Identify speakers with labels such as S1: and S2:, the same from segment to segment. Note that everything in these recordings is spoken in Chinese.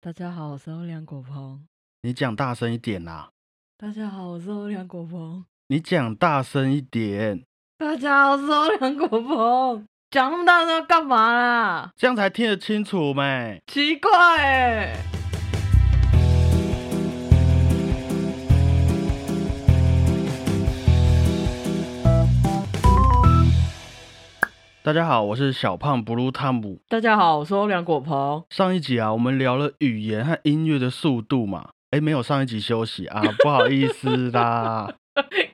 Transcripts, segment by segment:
S1: 大家好，我是欧良果鹏。
S2: 你讲大声一点啦！
S1: 大家好，我是欧良果鹏。
S2: 你讲大声一点，
S1: 大家好，我是欧良果鹏。讲那么大声要干嘛啦？
S2: 这样才听得清楚没？
S1: 奇怪哎、
S2: 大家好，我是小胖布鲁汤姆。
S1: 大家好，我是欧良果鹏。
S2: 上一集啊，我们聊了语言和音乐的速度嘛。诶，没有上一集休息啊，不好意思啦。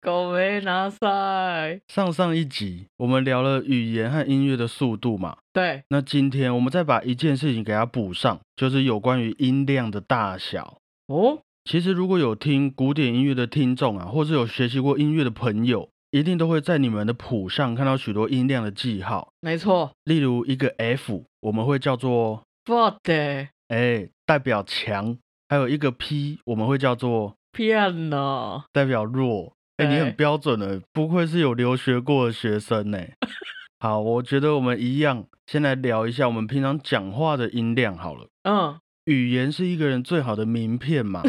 S1: 狗没拿塞。
S2: 上上一集我们聊了语言和音乐的速度嘛。
S1: 对，
S2: 那今天我们再把一件事情给它补上，就是有关于音量的大小。
S1: 哦，
S2: 其实，如果有听古典音乐的听众啊，或是有学习过音乐的朋友，一定都会在你们的谱上看到许多音量的记号。
S1: 没错
S2: 例如，一个 F 我们会叫做
S1: ，body
S2: 哎，代表强；还有一个 P 我们会叫做
S1: 骗了。
S2: 代表弱。哎，你
S1: 对
S2: 很标准的，不愧是有留学过的学生呢。好，我觉得我们一样，先来聊一下我们平常讲话的音量好了。
S1: 嗯，
S2: 语言是一个人最好的名片嘛。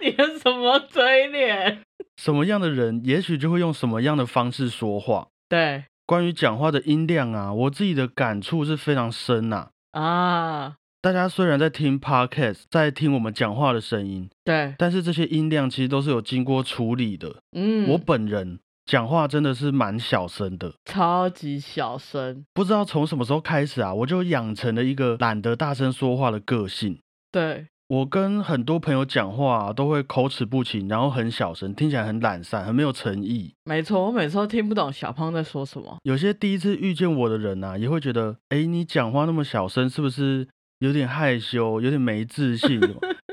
S1: 你的什么嘴脸？
S2: 什么样的人，也许就会用什么样的方式说话。
S1: 对
S2: 关于讲话的音量啊，我自己的感触是非常深呐、
S1: 啊，
S2: 大家虽然在听 podcast，在听我们讲话的声音，
S1: 对，
S2: 但是这些音量其实都是有经过处理的。
S1: 嗯，
S2: 我本人讲话真的是蛮小声的，
S1: 超级小声。
S2: 不知道从什么时候开始啊，我就养成了一个懒得大声说话的个性。
S1: 对，
S2: 我跟很多朋友讲话、啊、都会口齿不清，然后很小声，听起来很懒散，很没有诚意。
S1: 没错，我每次都听不懂小胖在说什么。
S2: 有些第一次遇见我的人啊，也会觉得，哎，你讲话那么小声，是不是有点害羞，有点没自信，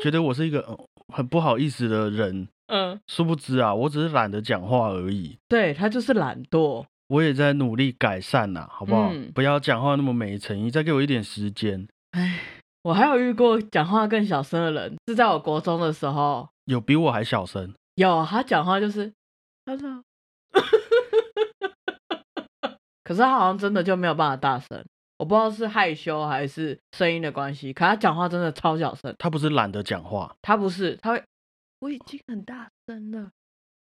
S2: 觉得我是一个、呃很不好意思的人？
S1: 嗯，
S2: 殊不知啊，我只是懒得讲话而已。
S1: 对他就是懒惰。
S2: 我也在努力改善呐、好不好？
S1: 嗯
S2: 不要讲话那么没诚意，再给我一点时间。
S1: 我还有遇过讲话更小声的人，是在我国中的时候，
S2: 有比我还小声，
S1: 有他讲话就是 “hello”，可是他好像真的就没有办法大声，我不知道是害羞还是声音的关系，可他讲话真的超小声。
S2: 他不是懒得讲话
S1: 他不是，他会，我已经很大声了，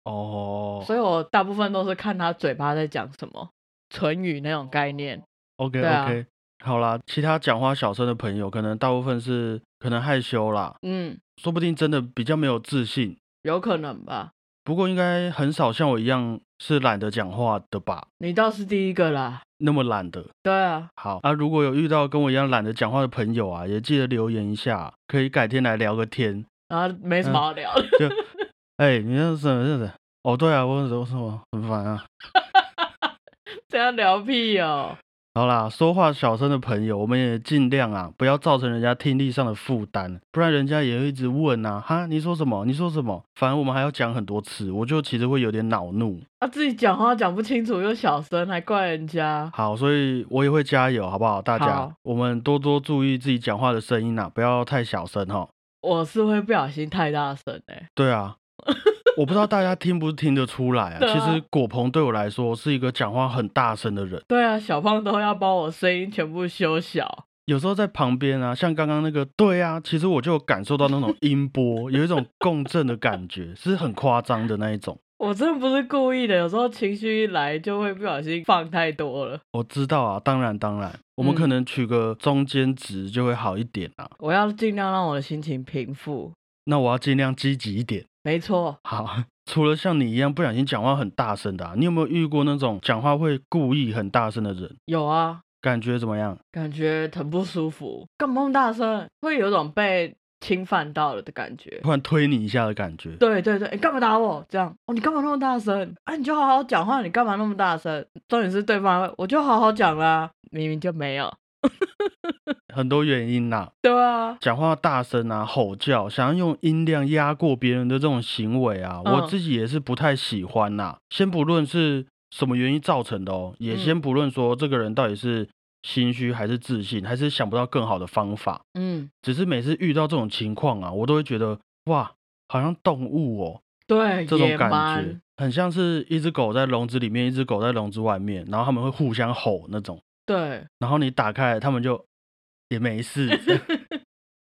S2: 哦。
S1: 所以我大部分都是看他嘴巴在讲什么，唇语那种概念。
S2: OK
S1: 对啊
S2: OK，、好啦，其他讲话小声的朋友，可能大部分是可能害羞啦，
S1: 嗯，
S2: 说不定真的比较没有自信。
S1: 有可能吧。
S2: 不过应该很少像我一样是懒得讲话的吧？
S1: 你倒是第一个啦。
S2: 那么懒得。
S1: 对啊，
S2: 好啊，如果有遇到跟我一样懒得讲话的朋友啊，也记得留言一下，可以改天来聊个天。
S1: 然后没什么
S2: 嗯
S1: 好聊的。
S2: 就， 哎、你那什么什么？哦，对啊，我我什么很烦啊。
S1: 这样聊屁哦。
S2: 好啦，说话小声的朋友，我们也尽量啊，不要造成人家听力上的负担，不然人家也会一直问啊，哈，你说什么？你说什么？反正我们还要讲很多次，我就其实会有点恼怒。
S1: 啊，自己讲话讲不清楚又小声，还怪人家。
S2: 好，所以我也会加油，好不好？大
S1: 好
S2: 家，我们多多注意自己讲话的声音啊，不要太小声哈。
S1: 我是会不小心太大声哎、
S2: 对啊，我不知道大家听不听得出来啊。
S1: 对啊
S2: 其实果鹏对我来说是一个讲话很大声的人，
S1: 对啊，小胖都要帮我声音全部修小。
S2: 有时候在旁边啊，像刚刚那个，对啊，其实我就有感受到那种音波，有一种共振的感觉，是很夸张的那一种。
S1: 我真的不是故意的，有时候情绪一来就会不小心放太多了。
S2: 我知道啊，当然当然，我们可
S1: 嗯
S2: 能取个中间值就会好一点啊。
S1: 我要尽量让我的心情平复。
S2: 那我要尽量积极一点。
S1: 没错，
S2: 好， 除了像你一样不小心讲话很大声的、啊，你有没有遇过那种讲话会故意很大声的人？
S1: 有啊，
S2: 感觉怎么样？
S1: 感觉很不舒服，干嘛那么大声？会有种被侵犯到了的感觉。
S2: 突然推你一下的感觉，
S1: 对对对，你、干嘛打我？这样哦，你干嘛那么大声？啊，你就好好讲话，你干嘛那么大声？重点是对方会，我就好好讲啦，明明就没有。
S2: 很多原因呐、
S1: 对啊，
S2: 讲话大声啊，吼叫，想要用音量压过别人的这种行为啊，
S1: 嗯
S2: 我自己也是不太喜欢呐、先不论是什么原因造成的哦，也
S1: 嗯
S2: 先不论说这个人到底是心虚还是自信，还是想不到更好的方法，
S1: 嗯，
S2: 只是每次遇到这种情况啊，我都会觉得哇，好像动物哦。
S1: 对，
S2: 这种
S1: 野
S2: 感觉
S1: 蛮，
S2: 很像是一只狗在笼子里面，一只狗在笼子外面，然后他们会互相吼那种，
S1: 对，
S2: 然后你打开来，他们就也没事，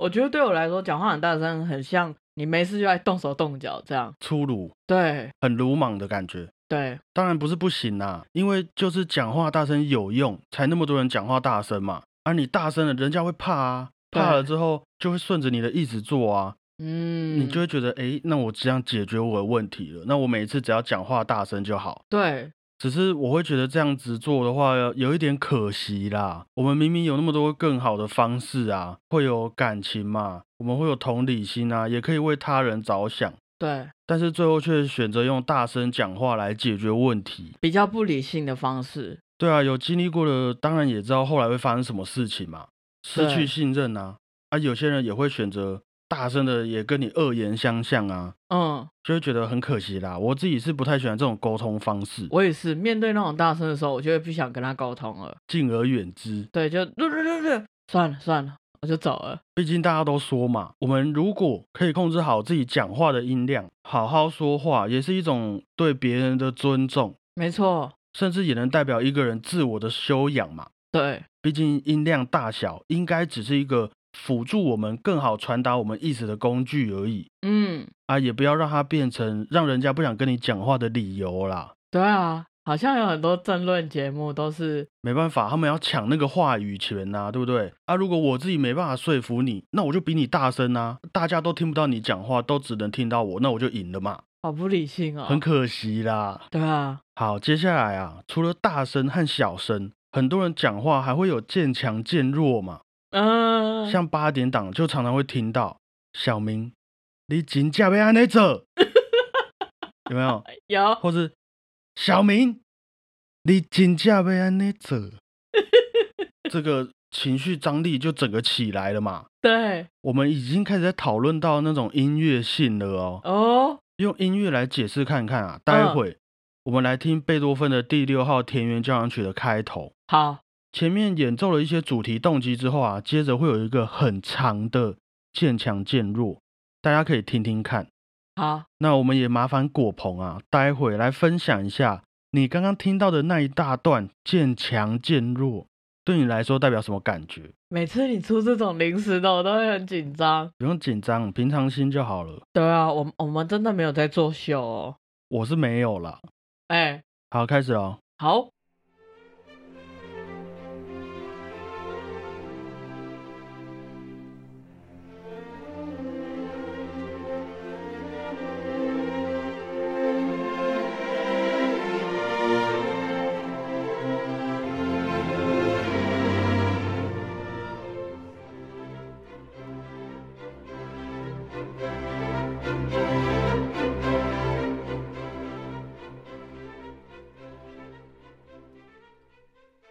S1: 我觉得对我来说，讲话很大声，很像你没事就爱动手动脚这样。
S2: 粗鲁、
S1: 对
S2: 很鲁莽的感觉。
S1: 对，
S2: 当然不是不行啦、因为就是讲话大声有用，才那么多人讲话大声嘛。啊，你大声了，人家会怕啊，怕了
S1: 对
S2: 之后就会顺着你的意思做啊，
S1: 嗯，
S2: 你就会觉得，诶，那我这样解决我的问题了，那我每次只要讲话大声就好。
S1: 对
S2: 只是我会觉得这样子做的话，有一点可惜啦。我们明明有那么多更好的方式啊，会有感情嘛，我们会有同理心啊，也可以为他人着想，
S1: 对，
S2: 但是最后却选择用大声讲话来解决问题。
S1: 比较不理性的方式。
S2: 对啊，有经历过的，当然也知道后来会发生什么事情嘛，失
S1: 对
S2: 去信任啊。啊，有些人也会选择大声的，也跟你恶言相向啊，
S1: 嗯，
S2: 就会觉得很可惜啦。我自己是不太喜欢这种沟通方式，
S1: 我也是，面对那种大声的时候，我就会不想跟他沟通了。
S2: 敬而远之。
S1: 对，就略略略略，算了算了，我就走了。
S2: 毕竟大家都说嘛，我们如果可以控制好自己讲话的音量，好好说话，也是一种对别人的尊重，
S1: 没错，
S2: 甚至也能代表一个人自我的修养嘛。
S1: 对
S2: 毕竟音量大小应该只是一个辅助我们更好传达我们意思的工具而已
S1: 嗯，
S2: 啊，也不要让它变成让人家不想跟你讲话的理由啦。
S1: 对啊，好像有很多政论节目都是
S2: 没办法，他们要抢那个话语权呐、对不对？啊，如果我自己没办法说服你，那我就比你大声啊，大家都听不到你讲话，都只能听到我，那我就赢了嘛，
S1: 好不理性哦。
S2: 很可惜啦。
S1: 对啊，
S2: 好，接下来啊，除了大声和小声，很多人讲话还会有渐强渐弱嘛。
S1: 嗯、
S2: 像八点档就常常会听到小明，你真假被安内走，有没有？
S1: 有
S2: 或是小明，你真假被安内走，这个情绪张力就整个起来了嘛。
S1: 对
S2: 我们已经开始在讨论到那种音乐性了哦，
S1: 哦，
S2: 用音乐来解释看看啊。待
S1: 嗯
S2: 会我们来听贝多芬的第六号田园交响曲的开头。
S1: 好，
S2: 前面演奏了一些主题动机之后啊，接着会有一个很长的渐强渐弱，大家可以听听看。
S1: 好，
S2: 那我们也麻烦果鹏啊，待会来分享一下你刚刚听到的那一大段渐强渐弱，对你来说代表什么感觉？
S1: 每次你出这种零食的，我都会很紧张。
S2: 不用紧张，平常心就好了。
S1: 对啊，我们我们真的没有在作秀哦。
S2: 我是没有啦。
S1: 哎、
S2: 好，开始哦喽。
S1: 好，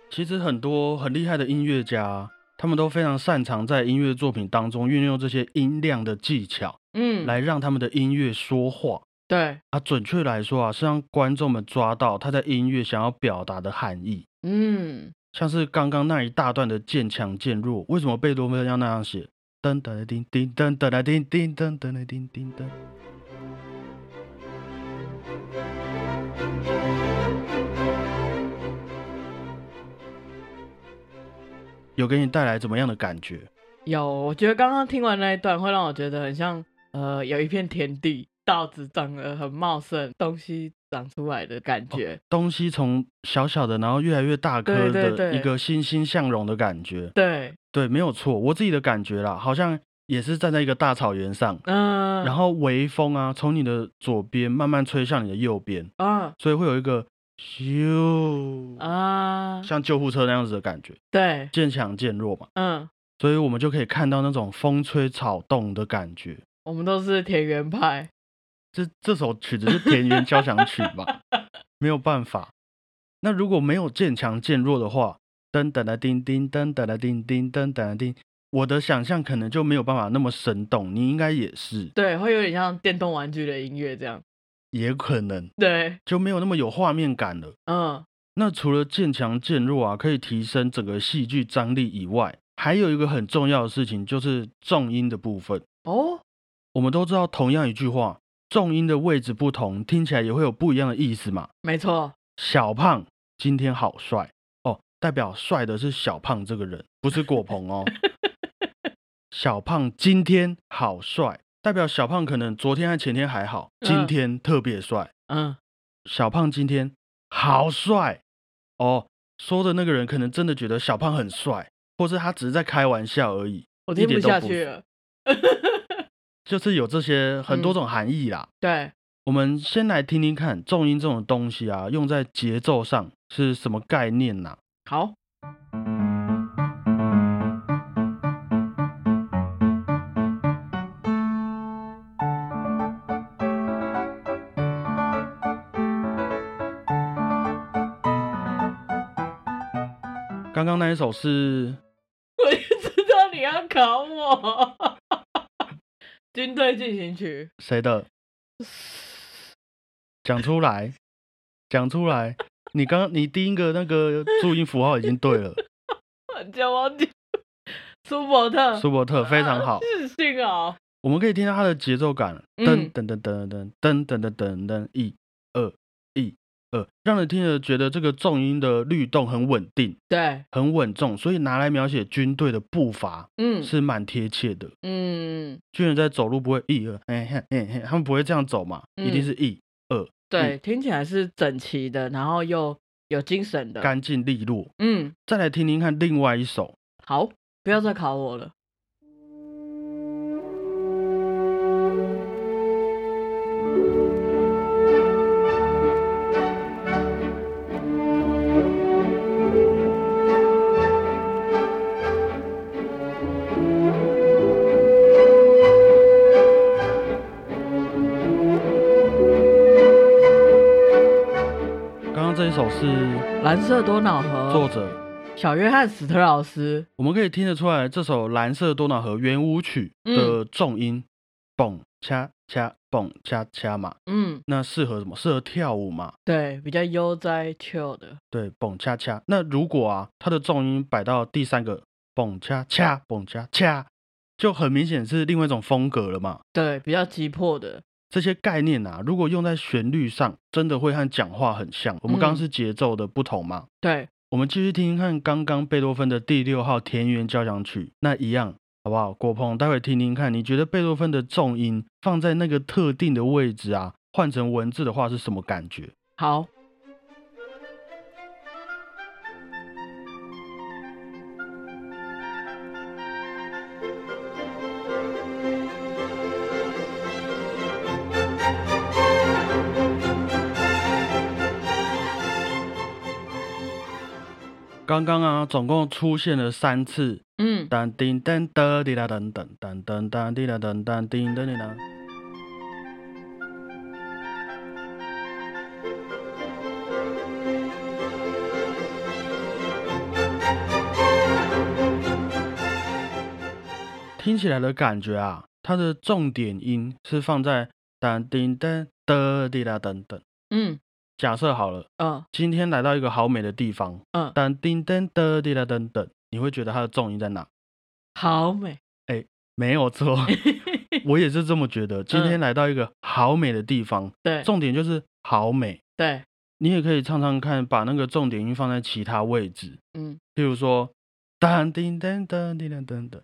S2: 其实很多很厉害的音乐家，他们都非常擅长在音乐作品当中运用这些音量的技巧。
S1: 嗯，，
S2: 来让他们的音乐说话
S1: 对，
S2: 啊，准确来说啊，是让观众们抓到他在音乐想要表达的含义。
S1: 嗯，
S2: 像是刚刚那一大段的渐强渐弱，为什么贝多芬要那样写？噔噔叮叮噔噔噔叮叮噔噔噔叮叮噔。有给你带来怎么样的感觉？
S1: 有，我觉得刚刚听完那一段，会让我觉得很像，呃，有一片田地，稻子长得很茂盛，东西长出来的
S2: 哦
S1: 感觉。
S2: 东西从小小的，然后越来越大颗
S1: 对对
S2: 的一
S1: 对
S2: 个欣欣向荣的感觉。
S1: 对，
S2: 对，没有错，我自己的感觉啦，好像也是站在一个大草原上，
S1: 嗯、
S2: 然后微风啊从你的左边慢慢吹向你的右边，
S1: 嗯
S2: 所以会有一个咻，
S1: 啊，
S2: 像救护车那样子的感觉，
S1: 对，
S2: 渐强渐弱嘛，
S1: 嗯，
S2: 所以我们就可以看到那种风吹草动的感觉。
S1: 我们都是田园派。
S2: 这这首曲子是田园交响曲嘛，没有办法。那如果没有渐强渐弱的话，噔噔的叮叮噔噔的叮叮噔噔的叮，我的想象可能就没有办法那么生动，你应该也是，
S1: 对，会有点像电动玩具的音乐这样。
S2: 也可能
S1: 对，
S2: 就没有那么有画面感了。
S1: 嗯，
S2: 那除了渐强渐弱啊，可以提升整个戏剧张力以外，还有一个很重要的事情就是重音的部分。
S1: 哦，
S2: 我们都知道，同样一句话，重音的位置不同，听起来也会有不一样的意思嘛。
S1: 没错，
S2: 小胖今天好帅哦，代表帅的是小胖这个人，不是果鹏哦。小胖今天好帅，代表小胖可能昨天和前天还好，今
S1: 嗯
S2: 天特别帅。
S1: 嗯，
S2: 小胖今天好帅哦，说的那个人可能真的觉得小胖很帅，或是他只是在开玩笑而已，
S1: 我
S2: 一
S1: 听
S2: 点
S1: 不
S2: 都
S1: 下
S2: 不
S1: 去
S2: 服
S1: 了。
S2: 就是有这些很多
S1: 嗯
S2: 种含义啦。
S1: 对，
S2: 我们先来听听看重音这种东西啊，用在节奏上是什么概念呐、
S1: 好，
S2: 刚刚那一首是
S1: 我就知道你要考我。 军队进行曲，
S2: 谁的？讲出来，讲出来。你刚你第一个那个注音符号已经对了，
S1: 我就忘记苏伯特，
S2: 舒伯特非常好。
S1: 自信哦。
S2: 我们可以听到它的节奏感，噔
S1: 嗯
S2: 噔噔噔噔噔噔噔噔噔，一、二、一、二，让人听着觉得这个重音的律动很稳定，
S1: 对，
S2: 很稳重，所以拿来描写军队的步伐
S1: 嗯
S2: 是蛮贴切的。
S1: 嗯，
S2: 军人在走路不会一二，哎嘿嘿嘿，他们不会这样走嘛，一定
S1: 嗯
S2: 是一
S1: 对，
S2: 嗯
S1: 听起来是整齐的，然后又有精神的。
S2: 干净利落。
S1: 嗯，
S2: 再来听听看另外一首，
S1: 好，不要再考我了。
S2: 刚刚这一首是
S1: 蓝色多瑙
S2: 作
S1: 河，
S2: 者，
S1: 小约翰·史特劳斯。
S2: 我们可以听得出来这首《蓝色多瑙河圆舞曲》的
S1: 嗯
S2: 重音，蹦恰恰蹦恰恰嘛，
S1: 嗯，
S2: 那适合什么？适合跳舞嘛？
S1: 对，比较悠哉 chill 的。
S2: 对，蹦恰恰。那如果啊，它的重音摆到第三个蹦恰恰蹦恰恰，就很明显是另外一种风格了嘛。
S1: 对，比较急迫的。
S2: 这些概念啊，如果用在旋律上，真的会和讲话很像。我们刚刚
S1: 嗯
S2: 是节奏的不同嘛，
S1: 对，
S2: 我们继续听听看刚刚贝多芬的第六号田园交响曲，那一样好不好？果鹏，待会听听看，你觉得贝多芬的重音放在那个特定的位置啊，换成文字的话是什么感觉？
S1: 好，
S2: 刚刚啊，总共出现了三次，
S1: 嗯，
S2: 噔叮噔噔滴啦噔噔噔噔噔滴啦噔噔叮噔叮啦。听起来的感觉啊，它的重点音是放在噔叮噔噔滴啦噔噔。
S1: 嗯，
S2: 假设好了，
S1: 嗯，
S2: 今天来到一个好美的地方，
S1: 嗯
S2: 噔叮噔噔滴啦噔噔，你会觉得它的重音在哪？
S1: 好 美。
S2: 没有错， 我也是这么觉得。今天来到一个好美的地方，
S1: 嗯对，
S2: 重点就是好美。
S1: 对，
S2: 你也可以唱唱看，把那个重点音放在其他位置，
S1: 嗯，
S2: 譬如说，噔叮噔噔叮噔噔噔。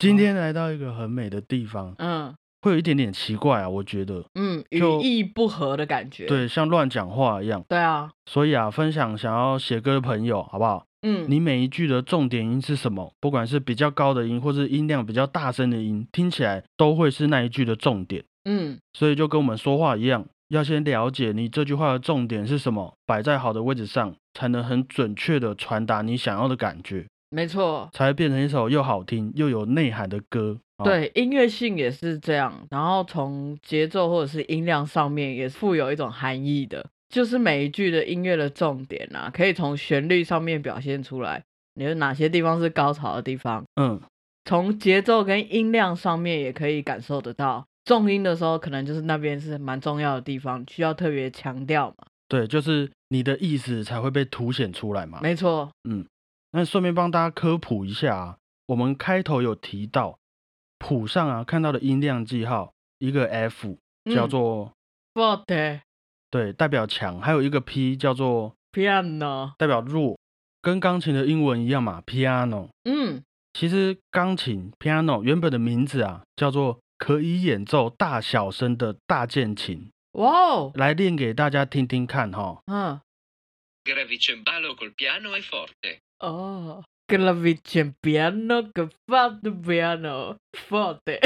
S2: 今天来到一个很美的地方，
S1: 嗯，
S2: 会有一点点奇怪啊，我觉得。
S1: 嗯，语
S2: 就
S1: 义不合的感觉。，
S2: 对，像乱讲话一样。
S1: 对啊，
S2: 所以啊，分享想要写歌的朋友，好不好？
S1: 嗯，
S2: 你每一句的重点音是什么？不管是比较高的音，或是音量比较大声的音，听起来都会是那一句的重点。
S1: 嗯，
S2: 所以就跟我们说话一样，要先了解你这句话的重点是什么，摆在好的位置上，才能很准确的传达你想要的感觉，
S1: 没错。
S2: 才会变成一首又好听又有内涵的歌。哦，
S1: 对，音乐性也是这样，然后从节奏或者是音量上面也是富有一种含义的，就是每一句的音乐的重点啊，可以从旋律上面表现出来，你有哪些地方是高潮的地方，
S2: 嗯，
S1: 从节奏跟音量上面也可以感受得到。重音的时候，可能就是那边是蛮重要的地方，需要特别强调嘛。
S2: 对，就是你的意思才会被凸显出来嘛。
S1: 没错，
S2: 那顺便帮大家科普一下啊，我们开头有提到谱上啊看到的音量记号，一个 F 叫
S1: 嗯
S2: 做、
S1: forte
S2: 对代表强，还有一个 P 叫做
S1: piano，
S2: 代表弱，跟钢琴的英文一样嘛，piano。
S1: 嗯，
S2: 其实钢琴 piano 原本的名字啊，叫做可以演奏大小声的大键琴，
S1: 哇哦，
S2: 来练给大家听听看哈、
S1: 嗯，
S3: Gravicembalo col piano e forte.
S1: 哦 g l a v i c e n piano, g f a t piano, forte，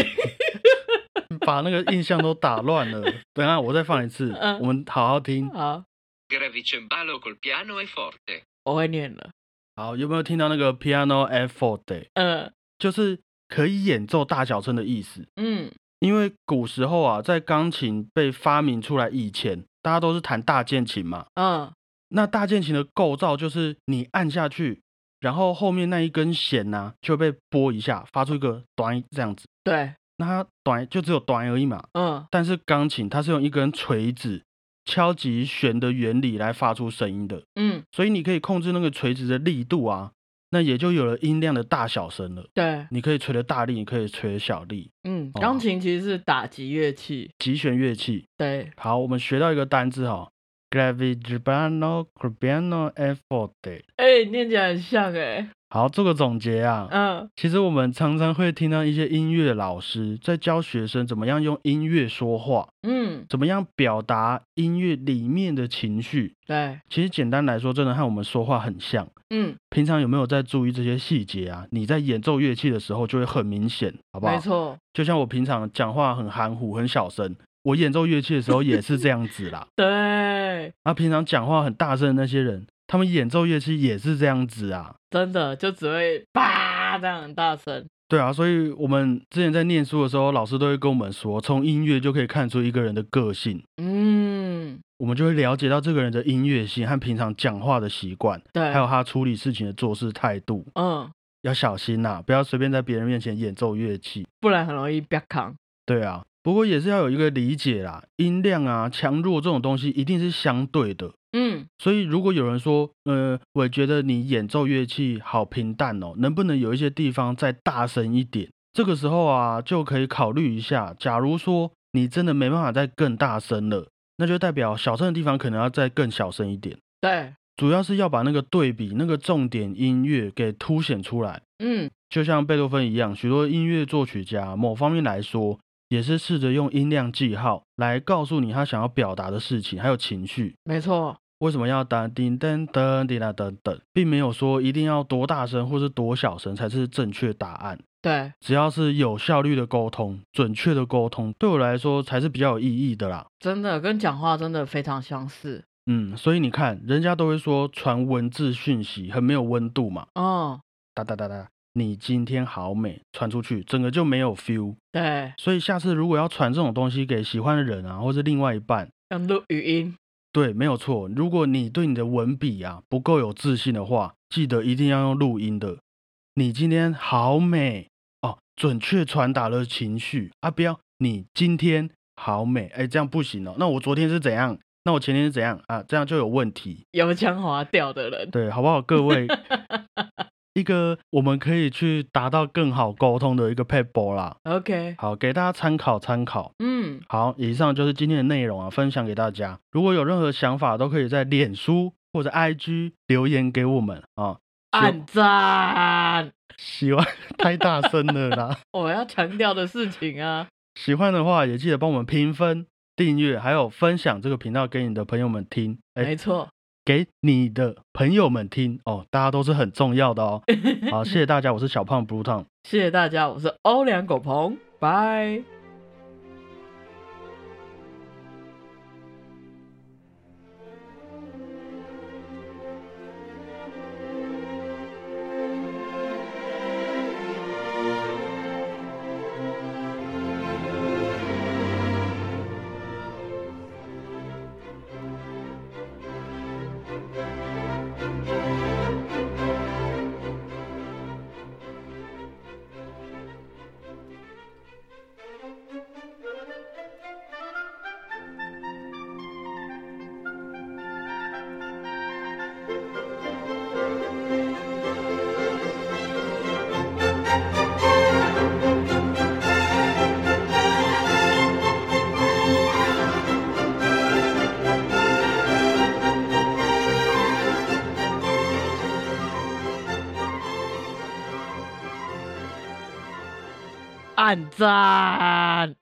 S2: 把那个印象都打乱了。等一下我再放一次，
S1: 嗯
S2: 我们好好听。
S1: 好，
S3: Gravicembalo col piano e forte.
S1: 我会念了，
S2: 好，有没有听到那个 piano e f f o r t
S1: 嗯
S2: 就是可以演奏大小声的意思。
S1: 嗯，
S2: 因为古时候啊，在钢琴被发明出来以前，大家都是弹大键琴嘛。
S1: 嗯，
S2: 那大键琴的构造就是你按下去，然后后面那一根弦呢、啊就被拨一下，发出一个短这样子。
S1: 对，
S2: 那它短就只有短而已嘛。
S1: 嗯
S2: 但是钢琴它是用一根锤子敲击弦的原理来发出声音的，
S1: 嗯，
S2: 所以你可以控制那个锤子的力度啊，那也就有了音量的大小声了。
S1: 对，
S2: 你可以锤的大力，你可以锤的小力，
S1: 嗯，
S2: 哦
S1: 钢琴其实是打击乐器，
S2: 击弦乐器。
S1: 对，
S2: 好，我们学到一个单字哈、哦 g r a v i g i b a n o g r a b i a n o e f o r t
S1: 哎、念起来很像哎、
S2: 好，做个总结啊。
S1: 嗯
S2: 其实我们常常会听到一些音乐老师在教学生怎么样用音乐说话，
S1: 嗯，
S2: 怎么样表达音乐里面的情绪。
S1: 对，
S2: 其实简单来说，真的和我们说话很像。
S1: 嗯，
S2: 平常有没有在注意这些细节啊？你在演奏乐器的时候就会很明显，好不好？
S1: 没。错，
S2: 就像我平常讲话很含糊、很小声，我演奏乐器的时候也是这样子啦。
S1: 对，
S2: 啊，平常讲话很大声的那些人，他们演奏乐器也是这样子啊。
S1: 真的就只会吧这样很大声，
S2: 对啊，所以我们之前在念书的时候，老师都会跟我们说，从音乐就可以看出一个人的个性，
S1: 嗯，
S2: 我们就会了解到这个人的音乐性和平常讲话的习惯，
S1: 对，
S2: 还有他处理事情的做事态度。
S1: 嗯，
S2: 要小心呐、不要随便在别人面前演奏乐器。
S1: 不然很容易被扛，
S2: 对啊，不过也是要有一个理解啦，音量啊、强弱这种东西一定是相对的。
S1: 嗯
S2: 所以如果有人说，呃，我觉得你演奏乐器好平淡哦，能不能有一些地方再大声一点？这个时候啊，就可以考虑一下，假如说你真的没办法再更大声了，那就代表小声的地方可能要再更小声一点。
S1: 对，
S2: 主要是要把那个对比、那个重点音乐给凸显出来。
S1: 嗯
S2: 就像贝多芬一样，许多音乐作曲家某方面来说，也是试着用音量记号来告诉你他想要表达的事情，还有情绪。
S1: 没错，
S2: 为什么要当叮噔噔叮啦噔噔，并没有说一定要多大声或是多小声才是正确答案。
S1: 对，
S2: 只要是有效率的沟通、准确的沟通，对我来说才是比较有意义的啦。
S1: 真的跟讲话真的非常相似，
S2: 嗯，所以你看，人家都会说传文字讯息很没有温度嘛，
S1: 嗯，
S2: 哒哒哒哒，你今天好美，传出去整个就没有 feel。
S1: 对，
S2: 所以下次如果要传这种东西给喜欢的人啊，或是另外一半，
S1: 要录语音，
S2: 对，没有错。如果你对你的文笔啊不够有自信的话，记得一定要用录音的。你今天好美哦，准确传达了情绪啊！不要你今天好美，哎，这样不行哦。那我昨天是怎样？那我前天是怎样啊？这样就有问题，
S1: 油腔滑调的人，
S2: 对，好不好？各位，一个我们可以去达到更好沟通的一个 paper 啦。
S1: ，OK，
S2: 好，给大家参考参考。
S1: 嗯，
S2: 好，以上就是今天的内容啊，分享给大家。如果有任何想法，都可以在脸书或者 IG 留言给我们啊。
S1: 按赞，
S2: 喜欢太大声了啦，
S1: 我要强调的事情啊，
S2: 喜欢的话也记得帮我们评分、订阅，还有分享这个频道给你的朋友们听。
S1: 没
S2: 哎，
S1: 错，
S2: 给你的朋友们听哦，大家都是很重要的哦。好，谢谢大家，我是小胖 Blue Tom。
S1: 谢谢大家，我是欧良狗鹏，拜。按赞。